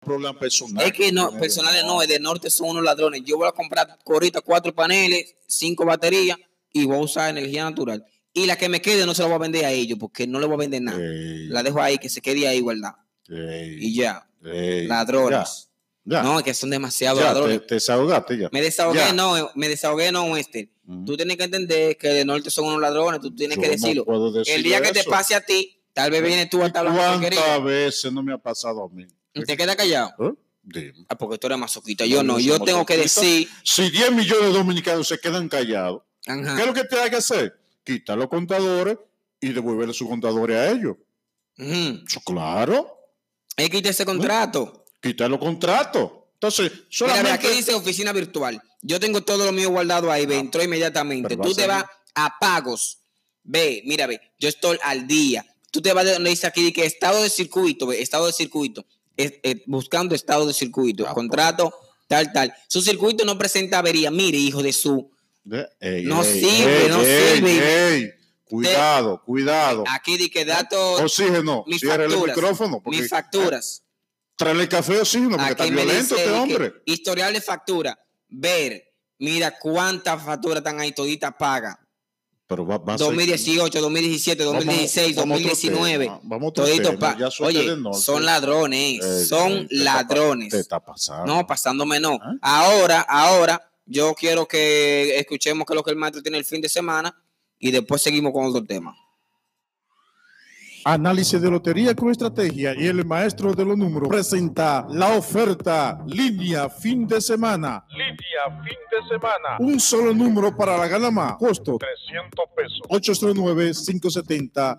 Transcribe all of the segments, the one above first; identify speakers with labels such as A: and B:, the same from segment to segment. A: problemas personales.
B: Es que no,
A: eh,
B: personales no, el de norte son unos ladrones. Yo voy a comprar ahorita cuatro paneles, cinco baterías y voy a usar energía natural. Y la que me quede no se la voy a vender a ellos porque no le voy a vender nada.
A: Ey,
B: La dejo ahí, que se quede ahí guardada.
A: ey,
B: Y ya,
A: ey.
B: ladrones.
A: Ya,
B: No, es que son demasiado
A: ya, te,
B: ladrones.
A: te desahogaste ya.
B: Me desahogué,
A: Ya.
B: no, me desahogué, no, Esther.
A: Ujú.
B: Tú tienes que entender que de norte son unos ladrones, tú tienes
A: Yo
B: que
A: no
B: decirlo.
A: puedo
B: el
A: decirle
B: día que te
A: eso.
B: pase a ti, tal vez vienes tú a estar hablando
A: ¿Cuántas
B: porquería.
A: veces no me ha pasado a mí?
B: Y te quedas callado.
A: ¿Eh? Dime.
B: Ah, porque tú eres masoquista. Yo
A: No,
B: no,
A: yo
B: yo
A: soy
B: tengo que
A: masoquista.
B: decir.
A: Si 10 millones de dominicanos se quedan callados,
B: Ajá.
A: ¿qué es lo que te hay que hacer? Quitar los contadores y devolverle sus contadores a ellos.
B: Ujú.
A: Eso, claro,
B: Hay que quitar ese contrato.
A: quitar los contratos. Entonces,
B: Mira, mira,
A: solamente.
B: aquí dice oficina virtual. Yo tengo todo lo mío guardado ahí, ve,
A: Ah,
B: entró inmediatamente.
A: pero
B: Tú
A: va a
B: te
A: ser-
B: vas a pagos. Ve, mira, ve, yo estoy al día. Tú te vas de donde dice aquí de que estado de circuito, ve, estado de circuito. Es- eh, buscando estado de circuito,
A: Ah,
B: contrato, tal, tal. Su circuito no presenta avería. Mire, hijo de su.
A: de- Eh, ey,
B: No sirve, no sirve.
A: ey. cuidado, cuidado.
B: Aquí de que datos,
A: Oxígeno,
B: mis
A: cierra Oh. el
B: facturas,
A: micrófono. Porque,
B: mis facturas.
C: eh,
A: Tráele el café oxígeno porque está
B: Aquí me
A: violento
B: dice
A: este
B: de que
A: hombre.
B: historial de factura. Ver, mira cuántas facturas están ahí toditas pagas.
A: Pero va, va a ser-
B: 2018, 2017,
A: Ah, vamos-
B: 2016,
A: vamos a otro
B: 2019.
A: tema, Vamos a otro
B: Toditos
A: tema,
B: pa-
A: ya suelta Eh,
B: Oye,
A: del norte.
B: son ladrones,
A: Ey,
B: son
A: ey, te está pa- Te
B: ladrones.
A: está pasando.
B: No, pasándome no.
A: ¿Ah?
B: Ahora, ahora, yo quiero que escuchemos que lo que el maestro tiene el fin de semana y después seguimos con otro tema.
C: Análisis de lotería con estrategia y el maestro de los números presenta la oferta línea fin de semana.
D: Lidia, fin de semana,
C: Un solo número para la gama. Costo
D: 300 pesos.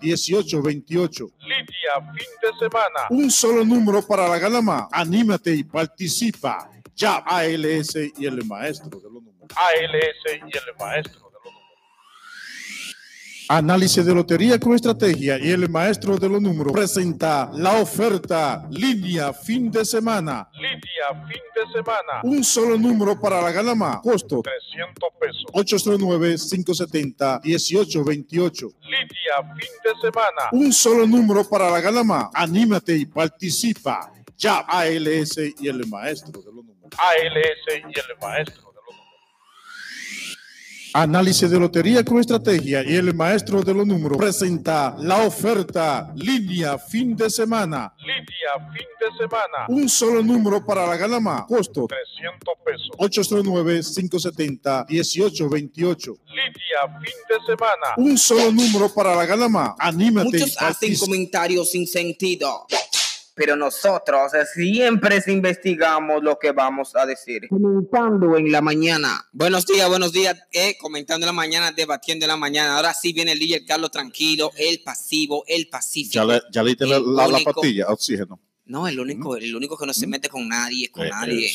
C: 809-570-1828.
D: Lidia, fin de semana,
C: Un solo número para la gama. Anímate y participa. Ya ALS y el maestro de los números.
D: ALS y el maestro de los números.
C: Análisis de lotería con estrategia y el maestro de los números presenta la oferta línea fin de semana.
D: Lidia, fin de semana,
C: Un solo número para la gama. Costo
D: 300 pesos.
C: 809-570-1828.
D: Lidia, fin de semana,
C: Un solo número para la gama. Anímate y participa. Ya ALS y el maestro de los números.
D: ALS y el maestro de los números.
C: Análisis de lotería con estrategia y el maestro de los números presenta la oferta línea fin de semana.
D: Lidia, fin de semana,
C: Un solo número para la gama. Costo
D: 300 pesos.
C: 809-570-1828.
D: Lidia, fin de semana,
C: Un solo número para la gama. Anímate y
B: Muchos hacen
C: participa.
B: comentarios sin sentido. Pero nosotros eh, siempre investigamos lo que vamos a decir. Comentando en la mañana. Buenos días, buenos días. eh, comentando en la mañana, debatiendo en la mañana. Ahora sí viene el líder Carlos tranquilo, el pasivo, el
A: Ya
B: pacífico.
A: le, ya leíste la,
B: El
A: la- la
B: único-
A: pastilla, oxígeno.
B: No, el único, el único que no se mete con nadie, con
A: Eh,
B: nadie.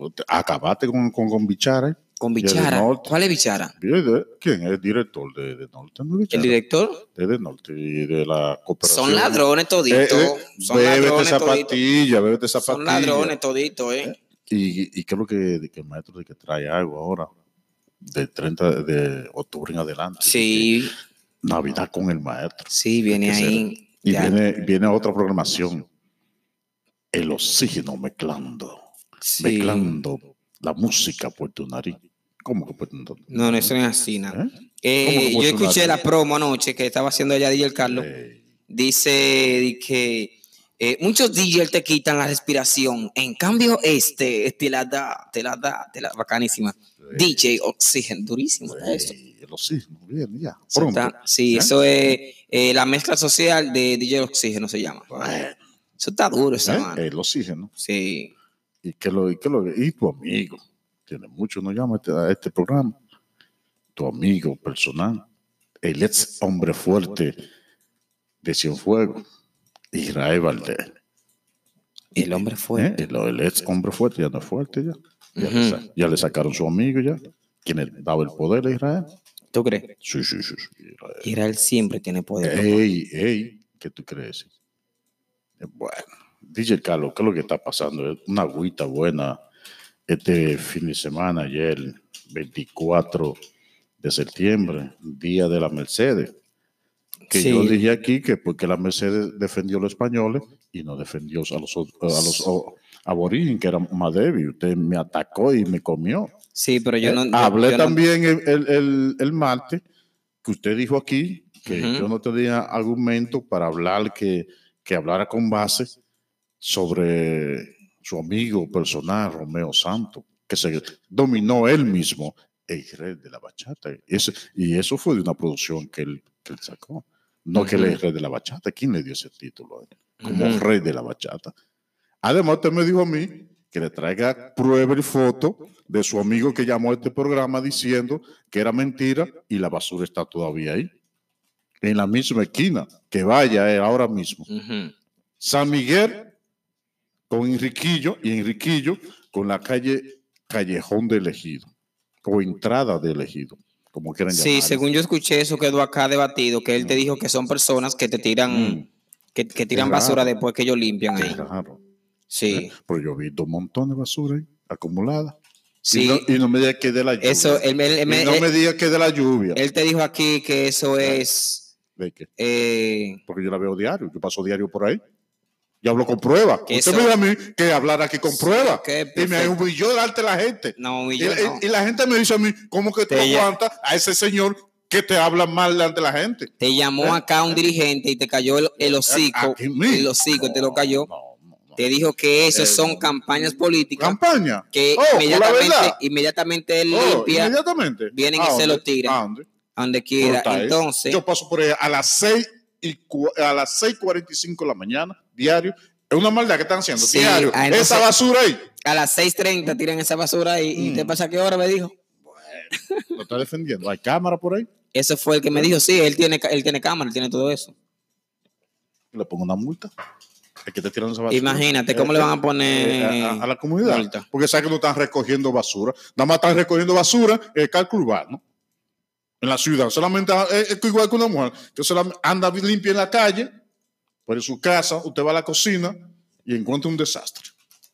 A: eh, acabaste con, con, con Bichara. ¿eh?
B: Con
A: y el
B: Bichara.
A: norte.
B: ¿Cuál es Bichara?
A: ¿Quién es el director de, de Norte? ¿No
B: ¿El
A: Bichara?
B: director?
A: de, de Norte y de la cooperación.
B: Son ladrones toditos.
A: Eh, eh,
B: son
A: bébete
B: ladrones
A: esa
B: toditos.
A: pastilla, bébete esa
B: Son
A: pastilla.
B: ladrones toditos, ¿eh?
A: Y, y creo que, de que el maestro de que trae algo ahora, del 30 de octubre en adelante.
B: Sí,
A: de que Navidad con el maestro.
B: sí, viene
A: Hay que
B: ahí.
A: Y
B: Ya.
A: viene, viene otra programación. El oxígeno mezclando,
B: Sí.
A: mezclando la música por tu nariz. ¿Cómo que por tu nariz?
B: No, no, eso no es así, nada.
A: ¿Eh?
B: Eh,
A: ¿Cómo que
B: yo
A: Bolsonaro?
B: escuché la promo anoche que estaba haciendo allá DJ Carlos.
A: Eh,
B: Dice di que eh, muchos DJs te quitan la respiración. En cambio, este te la da, te la da, te la bacanísima. DJ Oxygen, durísimo. está eso.
A: eh, el oxígeno, bien, ya.
B: Eso
A: Pronto.
B: está- sí,
A: ¿Eh?
B: eso es eh, la mezcla social de DJ Oxígeno se llama.
A: Bueno,
B: Eso está duro, esa
A: ¿eh?
B: mano.
A: El oxígeno.
B: Sí.
A: y que lo y que lo y tu amigo tiene mucho nos llama a este, a este programa tu amigo personal el ex hombre fuerte de Cienfuegos Israel Valdés
B: El hombre
A: ¿eh?
B: fuerte.
A: el, el ex hombre fuerte ya no es fuerte ya ya, le, sa-
B: Ujú.
A: ya le sacaron su amigo ya quien le daba el poder a Israel
B: ¿Tú crees?
A: sí sí sí, sí, Israel.
B: Israel siempre tiene
A: ¿Eh?
B: poder.
A: ey ey ¿qué tú crees? Eh, bueno DJ Carlos ¿qué es lo que está pasando? una agüita buena este fin de semana, ayer, 24 de septiembre, Día de la Mercedes. que
B: Sí.
A: yo dije aquí que porque la Mercedes defendió a los españoles y no defendió a los, ot- a los o- aborígenes, que eran más débiles. Usted me atacó y me comió.
B: Sí, pero yo no.
A: Eh,
B: yo-
A: Hablé
B: yo no-
A: también el, el- el- el martes que usted dijo aquí que
B: Ujú.
A: yo no tenía argumento para hablar que, que hablara con base sobre su amigo personal, Romeo Santos, que se dominó él mismo el rey de la bachata. Ese- y eso fue de una producción que él, que él sacó. No que él es
B: Ujú.
A: rey de la bachata. ¿Quién le dio ese título? a él? Como
B: Ujú.
A: rey de la bachata. Además, usted me dijo a mí que le traiga prueba y foto de su amigo que llamó a este programa diciendo que era mentira y la basura está todavía ahí. En la misma esquina. Que vaya él ahora mismo.
B: Ujú.
A: San Miguel con Enriquillo y Enriquillo con la calle Callejón de Elegido o entrada de Elegido, como quieran
B: Sí,
A: llamarlo.
B: según yo escuché, eso quedó acá debatido, que él te dijo que son personas que te tiran,
A: Mm,
B: que, que tiran
A: Qué raro.
B: basura después que ellos limpian
A: qué
B: ahí.
A: raro.
B: Sí,
A: ¿eh? Pero yo vi un montón de basura ahí, acumulada. Y,
B: sí.
A: no, y no me diga que de la lluvia.
B: Eso, él, él- él-
A: Y no
B: él-
A: me diga que de la lluvia.
B: él te dijo aquí que eso es,
A: ¿De qué?
B: eh,
A: Porque yo la veo diario, yo paso diario por ahí. Y hablo con prueba.
B: Que
A: Usted
B: eso-
A: me dijo a mí que hablar aquí con
B: Sí,
A: prueba.
B: ok,
A: y me
B: perfecto.
A: humilló delante de la gente.
B: no, y
A: Y,
B: yo
A: y-
B: no.
A: y la gente me dice a mí, ¿cómo que tú
B: Te lle-
A: aguantas a ese señor que te habla mal delante de la gente?
B: Te llamó acá un dirigente y te cayó el, el hocico,
A: Eh, Aquí mismo.
B: el hocico te lo cayó.
A: No, no, no.
B: Te dijo que eso
A: Eh,
B: son
A: no.
B: campañas políticas
A: Campaña.
B: que
A: Oh, por la
B: inmediatamente,
A: verdad.
B: inmediatamente él
A: Oh,
B: limpia
A: inmediatamente.
B: vienen y
A: ¿A
B: se
A: dónde?
B: lo tiran.
A: ¿A dónde?
B: a donde
A: Pero
B: quiera.
A: está ahí.
B: Entonces,
A: Yo paso por ahí a las 6 y cu- a las 6.45 de la mañana, diario. Es una maldad que están haciendo
B: Sí,
A: diario.
B: ah, entonces-
A: Esa basura ahí.
B: a las 6.30 tiran esa basura ahí.
A: Mm.
B: ¿Y te pasa qué hora? Me dijo.
A: Lo está defendiendo. Hay cámara por ahí.
B: Ese fue el que me dijo, sí, él tiene, ca- él tiene cámara, él tiene todo eso.
A: Le pongo una multa. Es que te tiran esa basura.
B: Imagínate cómo le van a
A: eh,
B: poner...
A: a, a- a la comunidad.
B: multa.
A: Porque sabe que no están recogiendo basura. Nada más están recogiendo basura en el cálculo urbano. En la ciudad. Solamente ah, es, es igual que una mujer que solamente anda limpia en la calle, pero en su casa, usted va a la cocina y encuentra un desastre.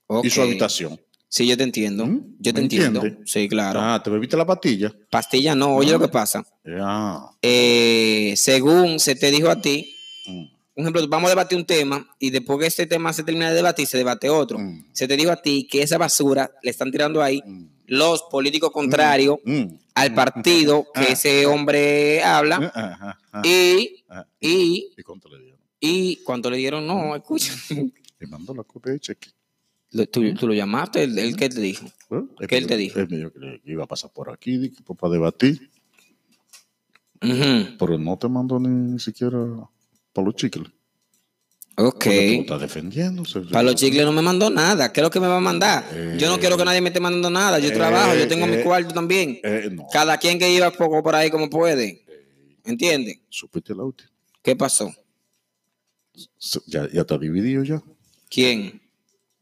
B: Ok.
A: Y su habitación.
B: Sí, yo te entiendo.
A: ¿Mm?
B: Yo
A: ¿Me
B: te entiendo.
A: entiende?
B: Sí, claro.
A: Ah, te bebiste la patilla.
B: Pastilla no, oye
A: Ah.
B: lo que pasa.
A: Ya.
B: Eh, según se te dijo a ti,
A: Mm.
B: por ejemplo, vamos a debatir un tema y después que este tema se termina de debatir, se debate otro.
A: Mm.
B: Se te dijo a ti que esa basura le están tirando ahí los políticos contrarios
A: Mm.
B: al partido que
A: Ah.
B: ese hombre habla
A: Ajá, ajá.
B: y,
A: Ah,
B: Ah. y,
A: ¿Y cuánto le dieron?
B: y cuando le dieron no, escucha,
A: Le mandó la copia de cheque.
B: lo- tú, tú lo llamaste, el, el que te dijo.
A: Bueno, él
B: ¿Qué él
A: me
B: te
A: dijo-
B: dijo?
A: Él me dijo que le- que iba a pasar por aquí, dije, pues, para debatir.
B: Ujú,
A: Pero no te mandó ni siquiera para los chicles.
B: Ok.
A: Porque tú lo estás defendiendo. se-
B: Para los chicles no me mandó nada. ¿Qué es lo que me va a mandar? Yo no
A: Eh.
B: quiero que nadie me esté mandando nada. Yo trabajo, yo tengo mi
A: eh.
B: cuarto también.
A: Eh, no,
B: Cada quien que iba poco por ahí como puede. ¿Entiendes?
A: supiste la última.
B: ¿Qué pasó?
A: Se- Ya, ya está dividido ya.
B: ¿Quién?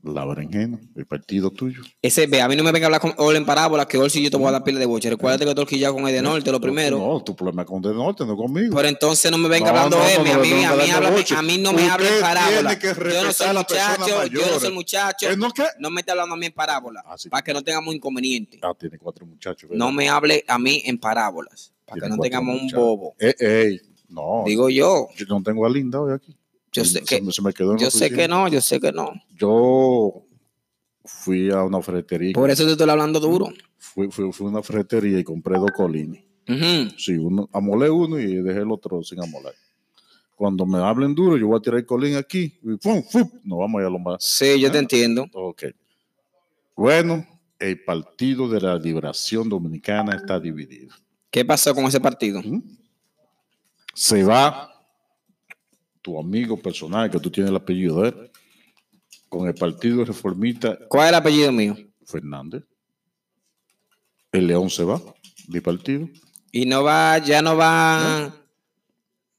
A: La berenjena, el partido tuyo.
B: Ese, ve, a mí no me venga a hablar con Ol en parábola, que Ol si yo te voy a dar pila de boche. Recuérdate que tú quillado con el de norte, lo primero. Pues,
A: No, tu problema es con De Norte, no conmigo.
B: Pero entonces no me venga
A: No,
B: hablando
A: no, no,
B: M, a
A: no,
B: mí,
A: no, no,
B: a mí,
A: no, no,
B: háblame-
A: Boche.
B: a mí no me hable en
A: Usted tiene
B: parábola.
A: que
B: Yo no
A: respetar
B: soy
A: a las personas
B: muchacho, yo no soy
A: mayores.
B: muchacho.
A: Eh, ¿no qué?
B: No me esté hablando a mí en parábola,
A: Ah, sí.
B: para que no tengamos inconvenientes.
A: Ah, tiene cuatro muchachos. ¿verdad?
B: No me hable a mí en parábolas, para
A: Tiene
B: que no
A: cuatro
B: tengamos un
A: muchachos.
B: bobo.
A: Eh, ey, no.
B: Digo yo,
A: yo no tengo a Linda hoy aquí.
B: yo
A: Se-
B: sé
A: se
B: que,
A: me- se me quedó en la
B: yo sé
A: oficina.
B: que no, yo sé que no.
A: Yo fui a una ferretería. y
B: Por eso te estoy hablando duro.
A: Fui, fui, fui a una ferretería y compré dos colines.
B: Ujú.
A: Sí, uno, amolé uno y dejé el otro sin amolar. Cuando me hablen duro, yo voy a tirar el colín aquí y ¡fum, fum! Nos vamos a lombar.
B: Sí, yo te entiendo.
A: Ok. Bueno, el Partido de la Liberación Dominicana está dividido.
B: ¿Qué pasó con ese partido?
A: Se va tu amigo personal, que tú tienes el apellido de él, con el Partido Reformista
B: ¿Cuál es el apellido mío?
A: Fernández. El León se va, mi partido.
B: Y no va, ya no va,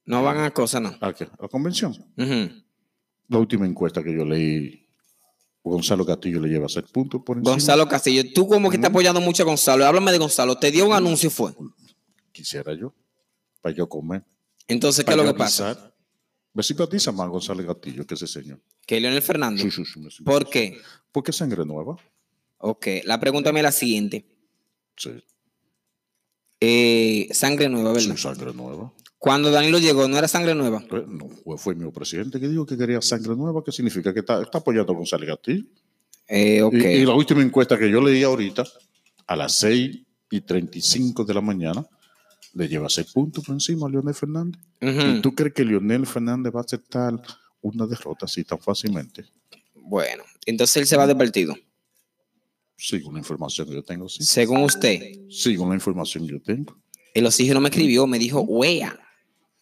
B: no van a cosas, no.
A: ¿A qué? ¿A convención?
B: Ujú.
A: La última encuesta que yo leí, Gonzalo Castillo le lleva seis puntos por encima.
B: Gonzalo Castillo, tú como que estás apoyando mucho a Gonzalo, háblame de Gonzalo, te dio un anuncio y fue.
A: Quisiera yo, para yo comer.
B: Entonces, ¿qué
A: para
B: es lo
A: yo
B: que pasa?
A: guisar. Me simpatiza más Gonzalo Castillo que ese señor.
B: Que Leonel Fernández.
A: Sí, sí, sí, me simpatiza.
B: ¿Por qué?
A: Porque sangre nueva.
B: Ok, la pregunta mía es la siguiente.
A: Sí,
B: Eh, sangre nueva,
A: sí,
B: ¿verdad?
A: sangre nueva.
B: Cuando Danilo llegó, ¿no era sangre nueva?
A: Entonces, no, fue, fue mi presidente que dijo que quería sangre nueva, que significa que está, está apoyando a González Castillo.
B: Eh, ok.
A: Y- Y, la última encuesta que yo leí ahorita, a las 6 y 35 de la mañana, le lleva 6 puntos por encima a Leonel Fernández.
B: Ujú.
A: ¿Y tú crees que Leonel Fernández va a aceptar una derrota así tan fácilmente?
B: Bueno, entonces él se va del partido.
A: Sigo la información que yo tengo, sí.
B: Según usted,
A: Sigo la información que yo tengo.
B: el oxígeno me escribió, me dijo, wea.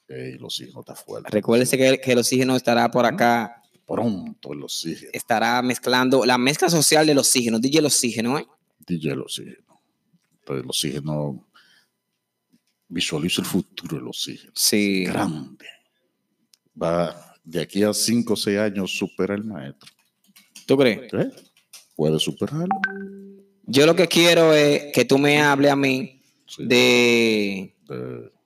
A: Ey, el oxígeno está fuerte.
B: Recuérdese que el, que el oxígeno estará por acá,
A: Pronto el oxígeno.
B: estará mezclando la mezcla social del oxígeno, DJ el oxígeno, ¿eh?
A: DJ el oxígeno. Entonces, el oxígeno visualiza el futuro del oxígeno.
B: Sí.
A: Grande. Va de aquí a 5 o 6 años supera el maestro.
B: ¿Tú crees?
A: ¿Eh? Puede superarlo.
B: Yo lo que quiero es que tú me hables a mí
A: Sí.
B: de,
A: De-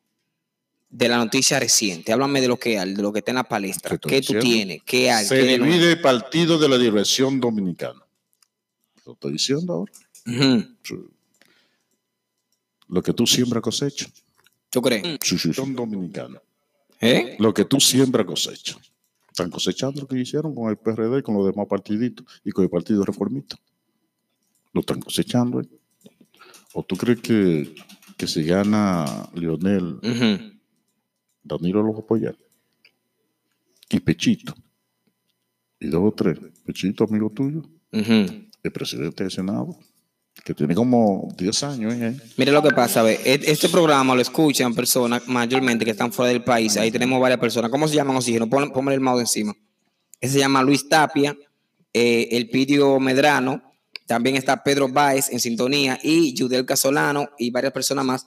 B: de la noticia reciente. Háblame de lo que hay, de lo que está en la
A: Te
B: palestra.
A: estoy
B: ¿Qué tú
A: diciendo.
B: tienes? ¿Qué hay?
A: se
B: ¿Qué de nuevo?
A: divide el partido de la diversión dominicana. Lo estoy diciendo ahora.
B: Ujú.
A: Sí. Lo que tú siembra cosecha.
B: ¿Tú crees?
A: Sí, sí, sí. dominicana.
B: ¿Eh?
A: Lo que tú siembra cosecha. Están cosechando lo que hicieron con el PRD, y con los demás partiditos y con el Partido Reformista. Lo están cosechando. ¿eh? ¿O tú crees que, que si gana Lionel,
B: Ujú.
A: Danilo los va a apoyar? Y Pechito. Y dos o tres. Pechito, amigo tuyo,
B: Ujú.
A: el presidente del Senado, que tiene como 10 años. ¿eh?
B: Mira lo que pasa, ve. E- Este programa lo escuchan personas mayormente que están fuera del país. Ahí tenemos varias personas. ¿Cómo se llaman oxígeno? Pon, ponme el mouse encima. Ese se llama Luis Tapia, eh, El Pidio Medrano. También está Pedro Báez en sintonía y Judel Casolano y varias personas más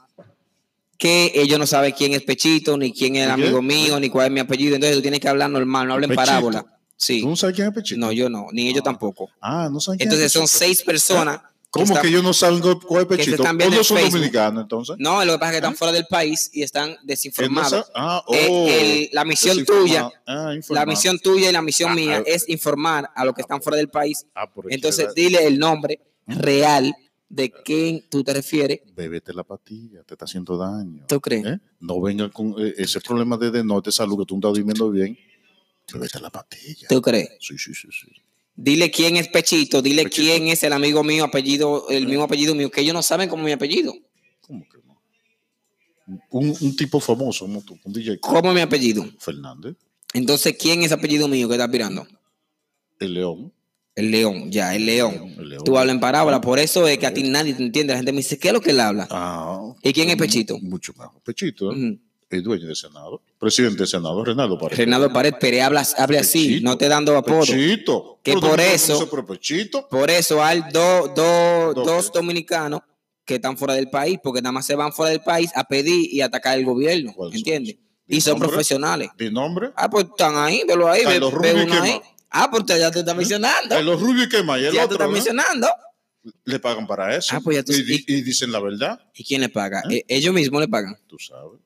B: que ellos no saben quién es Pechito, ni quién es el
A: Oye.
B: amigo mío, ni cuál es mi apellido. Entonces tú tienes que hablar normal, no hablen
A: Pechito.
B: parábola. Sí.
A: ¿Tú no sabes quién es Pechito?
B: No, yo no, ni ellos tampoco.
A: Ah, no saben quién es
B: Entonces son
A: Pechito.
B: seis personas.
A: ¿Cómo
B: están-
A: que yo no salgo con el
B: que se
A: pechito?
B: están viendo
A: Todos
B: en
A: son
B: Facebook.
A: dominicanos, entonces.
B: No, lo que pasa es que están fuera del país y están
A: Que no
B: desinformados.
A: sa- ah,
B: Eh, el- la misión tuya,
A: desinformado. Ah,
B: La
A: informado.
B: misión tuya y la misión
A: Ah,
B: mía
A: ah,
B: es informar a los que están fuera del país.
A: Ah, por eso
B: Entonces,
A: era-
B: dile el nombre real de quién tú te refieres.
A: Bébete la pastilla, te está haciendo daño.
B: ¿Tú crees?
A: ¿Eh? No venga con eh, ese problema de, de no te salud que tú no estás durmiendo bien. Bébete la pastilla.
B: ¿Tú crees?
A: Sí, sí, sí, sí.
B: Dile quién es Pechito, dile
A: Pechito.
B: quién es el amigo mío, apellido, el mismo apellido mío, que ellos no saben cómo es mi apellido.
A: ¿Cómo que no? Un, un tipo famoso como tú, un DJ
B: ¿Cómo es mi apellido?
A: Fernández,
B: Entonces, ¿quién es apellido mío que está aspirando?
A: el león.
B: El león, ya, el león.
A: El león.
B: Tú hablas en parábola, por eso es que a ti nadie te entiende. La gente me dice, ¿qué es lo que él habla?
A: Ah,
B: ¿Y quién es Pechito? Mm,
A: Mucho mejor. Pechito, ¿eh?
B: Ujú.
A: el dueño del Senado, presidente del Senado, Renaldo Paredes.
B: Renaldo Pared, pero habla, hable así,
A: Pechito.
B: no te dando apodo.
A: Pechito.
B: Que
A: Pero
B: por
A: Dominicano
B: eso-
A: no se pone Pechito.
B: Por eso hay do- do-
A: Dos,
B: dos
A: ¿eh?
B: dominicanos que están fuera del país, porque nada más se van fuera del país a pedir y atacar el gobierno,
A: ¿Cuáles son
B: ¿entiendes?
A: esos?
B: Y son
A: ¿Nombre?
B: profesionales.
A: ¿De nombre?
B: Ah, pues están ahí, velo ahí, ve,
A: Carlos
B: ve
A: Rubio,
B: uno
A: ¿qué
B: ahí.
A: más?
B: Ah, pues te- ya te está mencionando.
A: De los rubios que más. Y ¿Eh? el
B: Ya te
A: otro,
B: está
A: ¿no?
B: mencionando.
A: Le pagan para eso.
B: Ah, pues ya tú-
A: y, di- y dicen la verdad.
B: ¿Y quién le paga? Eh, ellos mismos le pagan.
A: Tú sabes.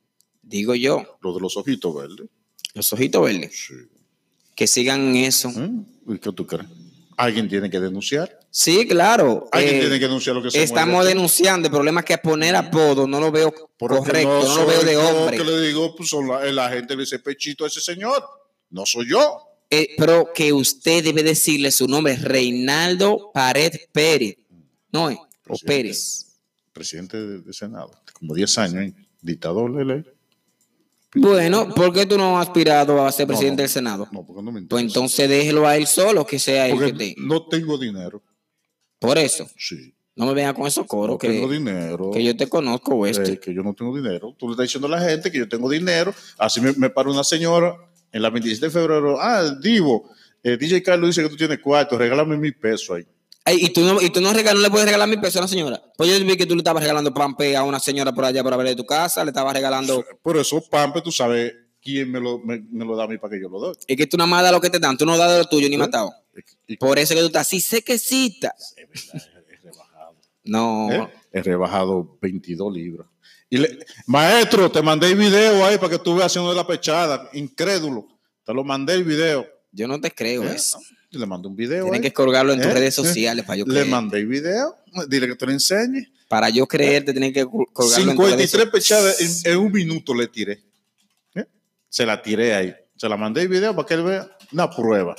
B: Digo yo,
A: Lo de los ojitos verdes.
B: los ojitos verdes,
A: Sí.
B: que sigan eso.
A: ¿Eh? ¿Y qué tú crees? Alguien tiene que denunciar.
B: Sí, claro.
A: Alguien
B: eh,
A: tiene que denunciar lo que se
B: Estamos
A: mueve aquí.
B: denunciando el problema es que poner apodo no lo veo
A: Porque
B: correcto, no, lo
A: soy
B: veo de
A: yo
B: hombre.
A: que le digo, pues, son la, la gente le dice Pechito a ese señor. No soy yo.
B: Eh, pero que usted debe decirle su nombre, Reinaldo Pared Pérez. No, eh, o
A: Presidente.
B: Pérez.
A: Presidente del del Senado. Como 10 años, ¿eh? dictador, lele.
B: Bueno, ¿por qué tú no has aspirado a ser
A: No, no.
B: presidente del Senado?
A: No, porque no me interesa.
B: Pues entonces déjelo a él solo, que sea él que
A: Porque
B: te.
A: no tengo dinero.
B: Por eso,
A: Sí.
B: no me venga con esos coros
A: no tengo
B: que,
A: dinero.
B: que yo te conozco,
A: eh,
B: este.
A: que yo no tengo dinero. Tú le estás diciendo a la gente que yo tengo dinero. Así me, me para una señora en la 27 de febrero. Ah, Divo, eh, DJ Carlos dice que tú tienes cuarto. Regálame mil pesos ahí.
B: Ay, y tú no, y tú no, regal- no le puedes regalar mil pesos a una señora. Pues yo vi que tú le estabas regalando pampe a una señora por allá para ver de tu casa, le estabas regalando.
A: Por eso, Pampe, tú sabes quién me lo, me, me lo da a mí para que yo lo doy.
B: Es que tú nada más das lo que te dan, tú no das de lo tuyo ni matado.
A: Y- y-
B: Por eso que tú estás así sequecita.
A: es verdad, es rebajado.
B: No.
A: ¿eh? He rebajado 22 libras. Y le- maestro, te mandé el video ahí para que tú veas haciendo la pechada. Incrédulo. Te lo mandé el video.
B: Yo no te creo
A: ¿eh?
B: eso.
A: Y Le mandé un video.
B: Tienes
A: ahí.
B: Pues, que colgarlo en tus
A: ¿Eh?
B: redes
A: ¿Eh?
B: sociales para yo
A: Le
B: creer.
A: mandé el video, dile que te lo enseñe.
B: Para yo creerte, tienes que col- colgarlo en tus redes
A: 53
B: sociales.
A: pechadas en, en un minuto le tiré. ¿Eh? Se la tiré ahí. Se la mandé el video para que él vea una prueba.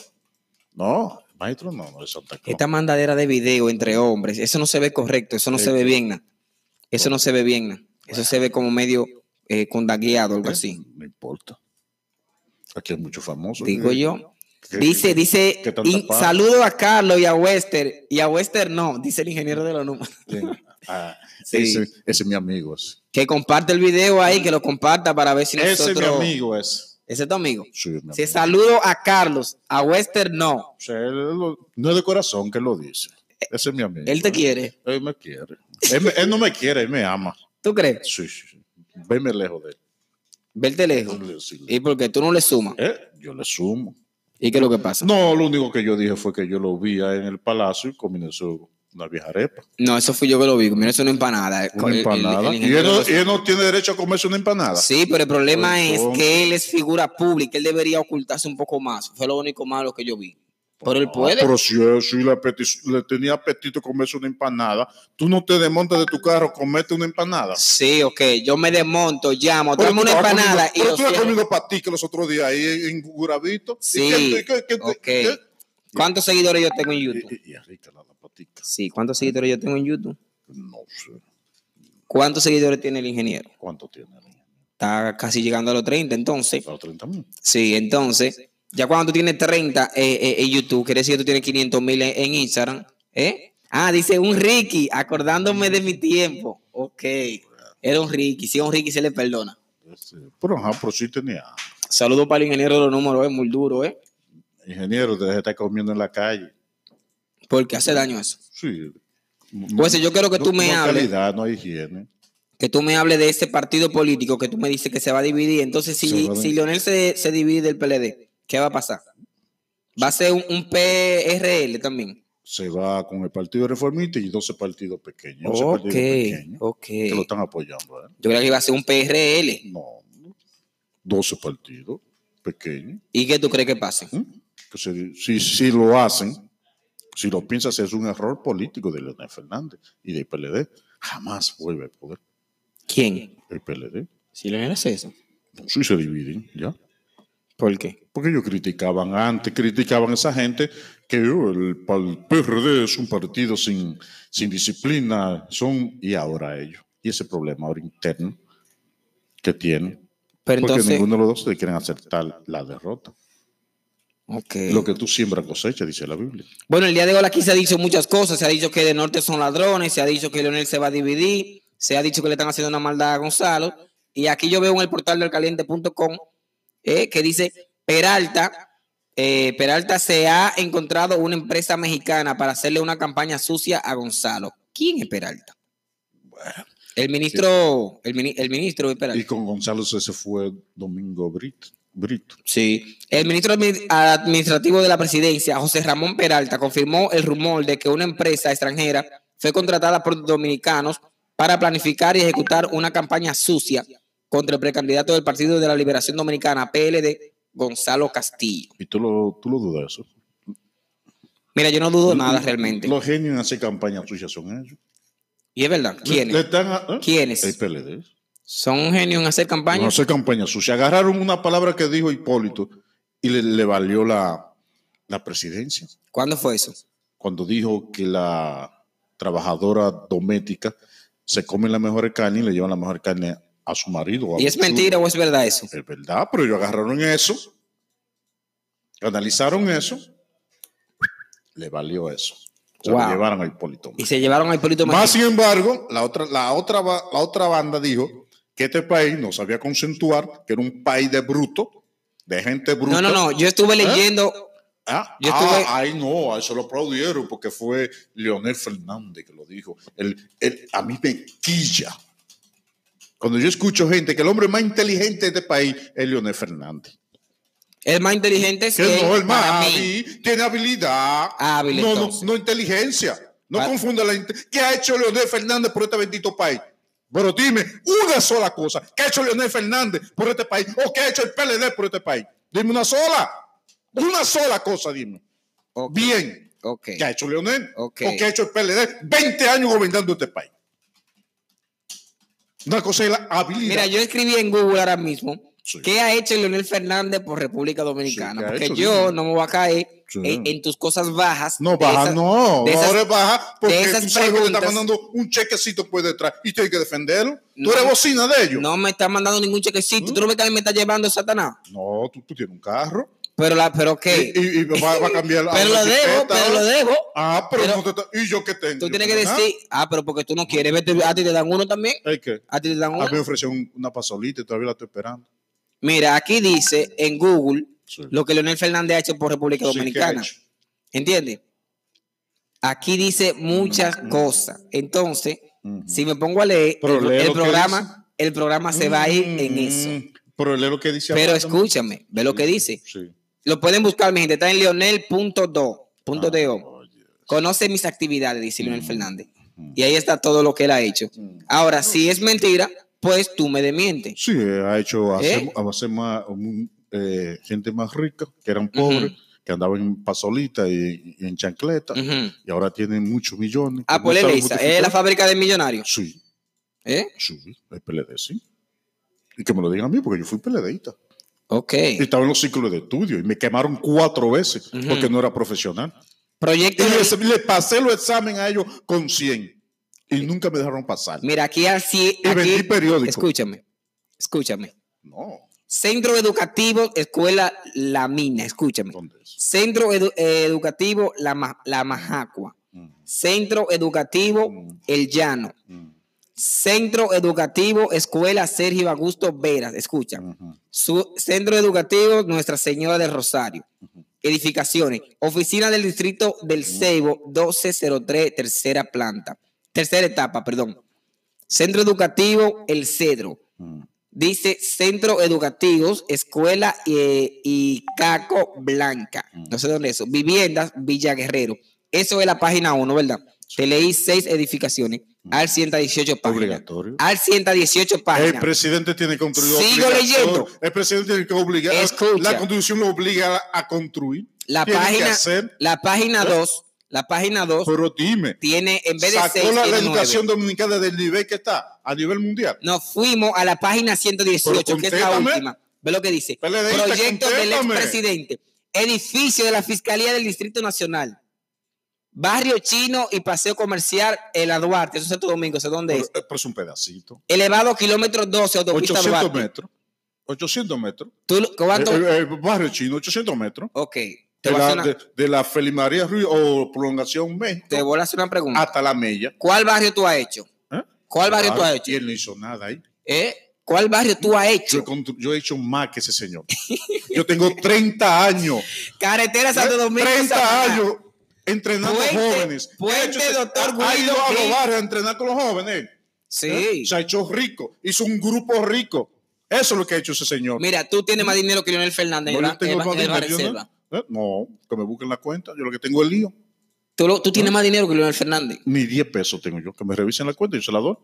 A: No, el maestro no, no es Santa Claus.
B: Esta mandadera de video entre hombres, eso no se ve correcto, eso no se ve bien. na. Eso no se ve bien. na. Eso se ve como medio eh, condagueado, algo así.
A: ¿Eh? No importa. Aquí hay muchos famosos.
B: Digo
A: que-
B: yo.
A: que-
B: Dice, dice,
A: que tanta
B: in-
A: paz.
B: saludo a Carlos y a Wester. Y a Wester no, dice el ingeniero de los números.
A: Sí. Ah,
B: Sí.
A: ese, ese es mi amigo. Ese,
B: Que comparte el video ahí, que lo comparta para ver si nosotros...
A: ese es mi amigo. Ese.
B: Ese es tu amigo.
A: Sí, es mi
B: Sí,
A: amigo.
B: saludo a Carlos, a Wester no.
A: O sea, él lo- no es de corazón que lo dice. Ese es mi amigo.
B: Eh, Él te quiere,
A: Él me quiere. Él, me- él no me quiere, él me ama.
B: ¿tú crees?
A: Sí, sí, sí. Veme lejos de él.
B: Verte lejos.
A: Yo le- sí, le-
B: Y porque tú no le sumas.
A: Eh, Yo le sumo.
B: ¿Y qué es lo que pasa?
A: No, lo único que yo dije fue que yo lo vi ahí en el palacio y comenzó una vieja arepa.
B: No, eso fui yo que lo vi. Mira, eso no es una empanada. El-
A: Una
B: el- el-
A: empanada.
B: el
A: y, él
B: ingeniero
A: no,
B: lo-
A: y él no tiene derecho a comerse una empanada.
B: Sí, pero el problema
A: Pues,
B: es
A: ¿cómo?
B: que él es figura pública. Él debería ocultarse un poco más. Fue lo único malo que yo vi. Pero él
A: Ah,
B: puede.
A: Pero si él sí le, apeti- le tenía apetito comerse una empanada, tú no te desmontas de tu carro, comete una empanada.
B: Sí, ok. Yo me desmonto, llamo,
A: Pero tú
B: tráeme una
A: estabas
B: empanada
A: comiendo-
B: y lo
A: Pero tú has
B: cierro.
A: comido pastica los otros días ahí en- en Guravito. ¿Y
B: Sí,
A: qué- qué- qué- qué-
B: ok.
A: qué-
B: ¿Cuántos seguidores yo tengo en YouTube?
A: Y, y- y es rica la, la patica.
B: Sí, ¿cuántos seguidores yo tengo en YouTube?
A: No sé
B: ¿Cuántos seguidores tiene el ingeniero?
A: cuánto tiene.
B: Está casi llegando a los 30, entonces.
A: Para 30 mil.
B: Sí, entonces, ya cuando tú tienes 30 eh, eh, en YouTube, quiere decir que tú tienes 500 mil en, en Instagram, ¿eh? Ah, dice un Ricky, acordándome de mi tiempo. Ok, era un Ricky, si es un Ricky se le perdona.
A: Este, Pero, ajá, pero sí tenía.
B: Saludos para el ingeniero de los números, es muy duro, ¿eh?
A: Ingeniero, te está comiendo en la calle.
B: Porque hace daño eso.
A: Sí.
B: Pues yo quiero que tú
A: No-
B: me
A: no hay
B: hables,
A: calidad, no hay higiene.
B: que tú me hables de ese partido político que tú me dices que se va a dividir. Entonces,
A: Se
B: si,
A: va a
B: si
A: dividir.
B: Leonel se, se divide del PLD, ¿qué va a pasar? Va a ser un, un PRL también.
A: Se va con el Partido Reformista y 12 partidos pequeños. 12
B: Ok,
A: partidos pequeños
B: ok.
A: Que lo están apoyando. ¿eh?
B: Yo creía que iba a ser un PRL.
A: No. 12 partidos pequeños.
B: ¿Y qué tú crees que pase?
A: ¿eh? Que se- si, si lo hacen, si lo piensas, es un error político de Leonel Fernández y del PLD. Jamás vuelve al poder
B: ¿Quién?
A: el PLD.
B: Si lo hace eso.
A: No, sí se dividen, ¿ya?
B: ¿Por qué?
A: Porque ellos criticaban antes, criticaban a esa gente que "Oh, el, pa- el PRD es un partido sin, sin disciplina, son y ahora ellos. Y ese problema ahora interno que tienen,
B: Pero entonces.
A: porque ninguno de los dos le quieren aceptar la derrota.
B: Ok.
A: Lo que tú siembras cosecha, dice la Biblia.
B: Bueno, el día de hoy aquí se ha dicho muchas cosas. Se ha dicho que de norte son ladrones. Se ha dicho que Leonel se va a dividir. Se ha dicho que le están haciendo una maldad a Gonzalo. Y aquí yo veo en el portal del caliente.com eh, que dice Peralta. eh, Peralta se ha encontrado una empresa mexicana para hacerle una campaña sucia a Gonzalo. ¿Quién es Peralta? el ministro, el, mini- el ministro es Peralta.
A: Y con Gonzalo se se fue Domingo Brito. Brito.
B: Sí. El ministro admi- administrativo de la presidencia, José Ramón Peralta, confirmó el rumor de que una empresa extranjera fue contratada por dominicanos para planificar y ejecutar una campaña sucia contra el precandidato del Partido de la Liberación Dominicana, PLD, Gonzalo Castillo.
A: Y tú lo, tú lo dudas eso.
B: Mira, yo no dudo nada realmente.
A: Los genios en hacer campaña suya son ellos.
B: Y es verdad.
A: Le
B: ¿Quiénes?
A: están a- ¿eh?
B: ¿Quiénes?
A: El PLD.
B: ¿Son un genio en hacer
A: No
B: campaña?
A: hace campaña sucia. Agarraron una palabra que dijo Hipólito y le, le valió la, la presidencia.
B: ¿Cuándo fue eso?
A: Cuando dijo que la trabajadora doméstica se come la mejor carne y le lleva la mejor carne a su marido. o a
B: ¿Y es
A: su-
B: mentira o es verdad eso?
A: Es verdad, pero ellos agarraron eso, analizaron eso, le valió eso. Se lo
B: Wow.
A: llevaron a Hipólito.
B: Y se llevaron a Hipólito
A: Más
B: Mejía.
A: sin embargo, la otra, la, otra, ba- la otra banda dijo que este país no sabía consensuar, que era un país de bruto, de gente bruta.
B: No, no, no. Yo
A: ¿Eh?
B: estuve leyendo
A: Ah,
B: Yo
A: ah,
B: estuve-
A: ay, no, a eso lo aplaudieron porque fue Leonel Fernández que lo dijo. El, el- a mí me quilla. Cuando yo escucho gente que el hombre más inteligente de este país es Leonel Fernández.
B: el más inteligente es
A: Que
B: él,
A: no, el más
B: para mí.
A: hábil, tiene habilidad.
B: Hábil,
A: no, no,
B: Ah, entonces. Ah.
A: no inteligencia. No
B: Para-
A: confunda la inte- ¿Qué ha hecho Leonel Fernández por este bendito país? Pero dime una sola cosa. ¿Qué ha hecho Leonel Fernández por este país? ¿O qué ha hecho el PLD por este país? Dime una sola. Una sola cosa, dime.
B: Ok,
A: Bien.
B: ok.
A: ¿Qué ha hecho Leonel?
B: Ok.
A: ¿O qué ha hecho el PLD? 20 años gobernando este país. Una cosa es la habilidad.
B: Mira, yo escribí en Google ahora mismo
A: Sí.
B: ¿Qué ha hecho Leonel Fernández por República Dominicana?
A: ¿qué ha
B: Porque
A: hecho?
B: yo
A: Dime.
B: no me voy a caer
A: Sí.
B: en, en tus cosas bajas.
A: No,
B: de
A: baja,
B: esas-
A: no.
B: de esas-
C: Ahora baja porque
B: de esas
C: tú sabes que te están
B: preguntas-
C: mandando un chequecito por detrás y tú hay que defenderlo.
B: No.
C: tú eres bocina de ellos.
B: No me está mandando ningún chequecito.
C: ¿Mm?
B: Tú no ves que alguien me está llevando Satanás.
C: No, tú, tú tienes un carro.
B: Pero la, pero qué.
C: Y, y- y va, va a cambiar. a
B: pero
C: una
B: lo debo,
C: jipeta.
B: pero lo debo.
C: Ah, pero,
B: Pero-
C: no te está- ¿Y yo qué tengo?
B: Tú
C: Yo
B: tienes que
C: tengo nada.
B: decir, ah, pero porque tú no quieres, vete, a ti te dan uno también.
C: ¿Hay que?
B: A ti te dan
C: A
B: uno.
C: mí me ofrecieron un- una pasolita y todavía la estoy esperando.
B: Mira, aquí dice en Google
A: Sí.
B: lo que Leonel Fernández ha hecho por República
C: Sí, ¿qué ha
B: Dominicana.
C: hecho?
B: ¿Entiendes? Aquí dice muchas cosas. Entonces,
A: Ujú.
B: si me pongo a leer,
C: Mm. Mm-hmm. Pero
B: el,
C: lee
B: el
C: lo que
B: programa, el programa se va a ir en
C: Mm,
B: eso.
C: Pero lee lo que dice.
B: Pero
C: abajo también.
B: escúchame, ve lo que dice.
A: Sí.
B: Lo pueden buscar, mi gente. Está en leonel.do. punto
A: Ah,
B: do.
C: oh,
A: oye.
B: Conoce mis actividades, dice
C: Mm.
B: Leonel Fernández. Y ahí está todo lo que él ha hecho.
A: Mm.
B: Ahora, si es mentira, pues tú me demientes.
C: Sí, ha hecho hacer,
B: ¿Eh?
C: hacer más, um, eh, gente más rica, que eran pobres, que andaban en pasolita y, y en chancleta,
B: Ujú.
C: y ahora tienen muchos millones.
B: Ah,
C: que
B: pues
C: no
B: le
C: saben
B: dice,
C: justificar.
B: es la fábrica de millonarios.
A: Sí,
B: ¿Eh?
A: sí, el PLD, sí. Y que me lo digan a mí, porque yo fui PLDista.
B: Ok.
A: Y estaba en los ciclos de estudio y me quemaron cuatro veces
B: Ujú.
A: porque no era profesional. Y
B: Proyecto.
A: les- le pasé los examen a ellos con 100 y nunca me dejaron pasar.
B: Mira, aquí así.
A: Y vendí
B: Aquí,
A: periódico.
B: escúchame, escúchame.
A: No,
B: Centro Educativo Escuela La Mina, escúchame.
A: ¿dónde es?
B: Centro Edu- eh, Educativo La, Ma- La Majacua.
A: Mm,
B: Centro Educativo
A: Mm.
B: El Llano.
A: mm,
B: Centro Educativo Escuela Sergio Augusto Veras, escucha.
A: ujú.
B: Su Centro Educativo Nuestra Señora del Rosario. Edificaciones. Oficina del Distrito del Ceibo, 1203, tercera planta. Tercera etapa, perdón. Centro Educativo El Cedro.
A: Mm.
B: Dice Centro Educativos, Escuela eh, y Caco Blanca. No sé dónde es eso. Viviendas Villa Guerrero. Eso es la página 1, ¿verdad? Te leí seis edificaciones. Al 118 páginas.
A: Obligatorio.
B: Al 118
C: El
B: páginas.
C: presidente tiene que construir.
B: Sigo
C: obligatorio.
B: leyendo.
C: El presidente tiene que obligar.
B: Escucha.
C: La constitución lo obliga a, a construir.
B: La
C: Tiene que
B: página,
C: hacer.
B: la página
C: ¿Eh?
B: 2, la página 2
C: Pero dime,
B: tiene, en vez de
C: sacó
B: 6,
C: la, la
B: tiene
C: educación
B: 9.
C: dominicana del nivel que está a nivel mundial.
B: Nos fuimos a la página 118,
C: Pero
B: que es la
C: contéstame.
B: última. Ve lo que dice.
C: PLDista,
B: Proyecto del
C: contéstame.
B: expresidente. Edificio de la Fiscalía del Distrito Nacional. Barrio Chino y Paseo Comercial El Duarte. Eso es Santo Domingo, ¿sé dónde
C: Pero,
B: es?
C: eh, pero es un pedacito.
B: Elevado kilómetro 12, autopista
C: 800
B: Duarte.
C: metros. 800 metros.
B: ¿Tú lo- cuánto?
C: Eh, eh, eh, barrio chino, 800 metros.
B: ok. Te
C: De
B: voy, a
C: la,
B: hacer una,
C: de, de la Feliz María Ruiz o Prolongación México
B: te voy a hacer una pregunta.
C: hasta la Mella.
B: ¿Cuál barrio tú has hecho?
C: ¿Eh?
B: ¿Cuál barrio tú has hecho?
C: Y él no hizo nada ahí.
B: ¿Eh? ¿Cuál barrio tú has
C: Yo, he
B: hecho?
C: constru- yo he hecho más que ese señor. Yo tengo 30 años.
B: Carretera Santo Domingo.
C: 30
B: Samaná.
C: ¿Eh? años entrenando
B: Puente-
C: jóvenes.
B: Puente,
C: He ese-
B: doctor
C: ha ido
B: Guido
C: a
B: Gil.
C: los barrios a entrenar con los jóvenes. ¿eh?
B: Sí.
C: Se ha hecho rico. Hizo un grupo rico. Eso es lo que ha hecho ese señor.
B: Mira, tú tienes más dinero que Leonel Fernández.
C: No,
B: en
C: yo
B: la-
C: tengo
B: en la-
C: más
B: en la
C: dinero, yo
B: reserva.
C: ¿no? ¿Eh? No, que me busquen la cuenta. Yo lo que tengo es lío.
B: Tú, lo- tú
C: ¿Ah?
B: tienes más dinero que Leonel Fernández.
A: Ni 10 pesos tengo yo, que me revisen la cuenta y yo se la doy.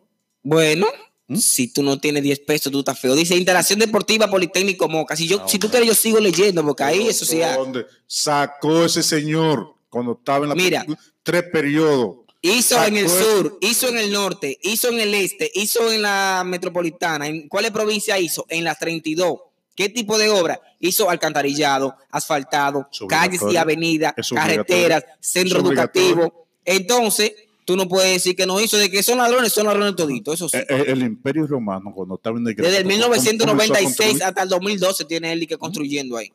B: Bueno,
C: ¿Mm?
B: si tú no tienes 10 pesos, tú estás feo. Dice Interacción Deportiva Politécnico Moca. Si,
C: Ah,
B: yo, si tú quieres, yo sigo leyendo, porque ahí eso sí. ha-
C: ¿Dónde sacó ese señor cuando estaba en la
B: Mira.
C: tres periodos?
B: Hizo en el
C: Sacó-
B: sur, hizo en el norte, hizo en el este, hizo en la metropolitana. ¿En cuáles provincias hizo? En las 32. ¿Qué tipo de obra? Hizo alcantarillado, asfaltado,
A: Es
B: calles y
A: obligatorio.
B: avenidas,
A: Es obligatorio.
B: carreteras, centro
C: Es obligatorio.
B: educativo. Entonces, tú no puedes decir que no hizo, de que son ladrones, son ladrones toditos, eso sí.
A: Eh, eh, El, Imperio Romano, cuando estaba en negreto.
B: Desde el
A: comenzó a
B: 1996
A: construir-
B: hasta el 2012 tiene él y
C: ¿Mm?
B: que construyendo ahí.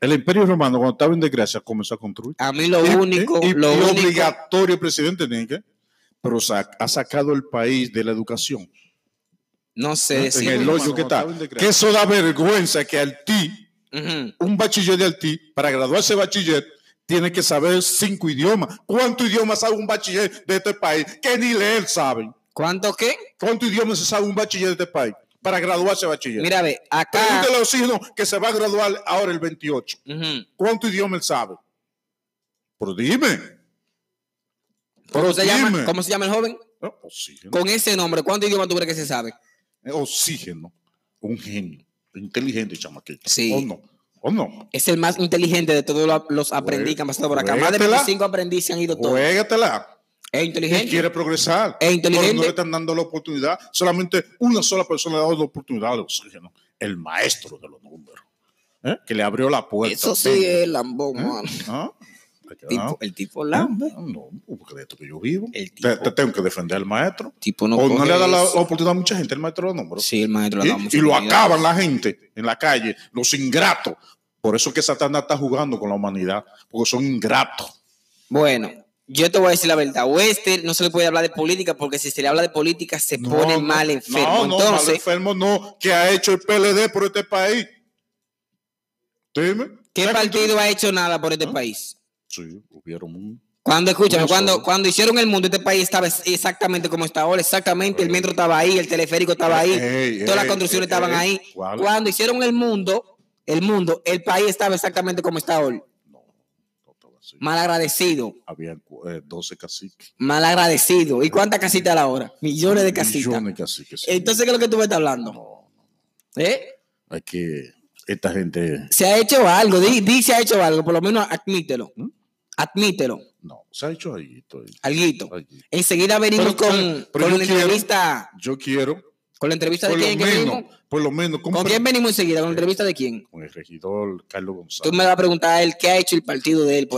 A: El Imperio Romano, cuando estaba en desgracia, comenzó a construir.
B: A mí lo
C: Y- eh,
B: único,
C: y, y
B: lo único.
C: obligatorio, presidente, tiene que-
A: Pero sa- ha sacado el país de la educación.
B: No sé
C: en
B: decir.
C: el hoyo que está.
A: Estaba en desgracia.
C: Que eso da vergüenza que Haití,
B: Ujú.
C: un bachiller de Haití, para graduarse de bachiller, tiene que saber cinco idiomas. ¿Cuántos idiomas sabe un bachiller de este país? Que ni leer saben.
B: ¿Cuánto qué?
C: ¿Cuántos idiomas se sabe un bachiller de este país para graduarse de bachiller?
B: Mira, ah. ve, acá.
C: Pregúntale a Oxígeno que se va a graduar ahora el 28.
B: Ujú.
C: ¿Cuánto idioma él sabe? Pero dime.
B: ¿Cómo
C: Pero
B: se, llama,
C: dime.
B: ¿Cómo se llama el joven?
A: Eh, Oxígeno.
B: Con ese nombre, ¿cuántos idiomas tú crees que se sabe?
A: Eh, Oxígeno. Un genio. Inteligente, chamaquito.
B: Sí.
C: Oh,
A: ¿O no? ¿O no?
B: Es el más inteligente de todos los-
C: Pues,
B: los aprendiz que han pasado por acá. Más de
C: juégatela.
B: 25 aprendiz se han ido todos.
C: pues, Juégatela.
B: Es
C: Él
B: inteligente.
C: quiere progresar.
B: Es e inteligente.
C: Pero no le están dando la oportunidad. Solamente una sola persona le ha dado la oportunidad al Oxígeno. el maestro de los números, ¿eh? que le abrió la puerta.
B: Eso sí
C: Venga.
B: es lambón, mano.
C: ¿Ah?
B: Tipo- el tipo
C: ¿Eh?
B: lambe.
C: No, porque de esto que yo vivo.
B: El
C: Te,
B: tipo-
C: te tengo que defender al maestro.
B: Tipo no
C: o no
B: coge
C: le da la
B: eso.
C: oportunidad a mucha gente el maestro de los números.
B: Sí, el maestro le da
C: y,
B: mucha
C: y lo
B: oportunidad.
C: acaban la gente en la calle, los ingratos. Por eso es que Satanás está jugando con la humanidad, porque son ingratos.
B: Bueno, yo te voy a decir la verdad. Wester no se le puede hablar de política porque si se le habla de política se pone mal enfermo.
C: No, no, mal
B: Entonces,
C: enfermo no, que ha hecho el PLD por este país. Dime.
B: ¿qué partido ha hecho nada por
C: ¿Eh?
B: este país?
C: Sí, hubieron un-
B: Cuando, escúchame,
C: No,
B: cuando,
C: solo.
B: cuando hicieron el mundo, este país estaba exactamente como está ahora, exactamente, el metro estaba ahí, el teleférico estaba ahí,
C: Ey,
B: todas las
C: ey,
B: construcciones
C: ey,
B: estaban
C: ey,
B: ahí.
C: ¿cuál?
B: Cuando hicieron el mundo, el mundo, el país estaba exactamente como está hoy.
C: no estaba así.
B: Mal agradecido,
C: Habían eh, 12 caciques.
B: mal agradecido. ¿Y cuántas casitas a la hora? Millones de casitas.
C: Millones de caciques. sí.
B: Entonces, ¿qué es lo que tú me estás hablando?
C: No, no,
B: ¿Eh?
C: hay que. Esta gente.
B: se ha hecho algo, di, di se ha hecho algo, por lo menos admítelo,
C: ¿Mm?
B: admítelo,
C: No, se ha hecho ahí. estoy-
B: alguito.
C: ahí.
B: Enseguida venimos
C: Pero-
B: con,
C: pero- pero
B: con
C: yo
B: la
C: quiero-
B: entrevista,
C: Yo quiero,
B: con la entrevista de
C: por lo
B: quién que
C: menos,
B: venimos.
C: por lo menos,
B: ¿Con
C: compre-
B: quién venimos enseguida? ¿Con la entrevista de quién?
C: con el regidor Carlos
B: Tú
C: González.
B: me vas a preguntar a él qué ha hecho el partido de él. por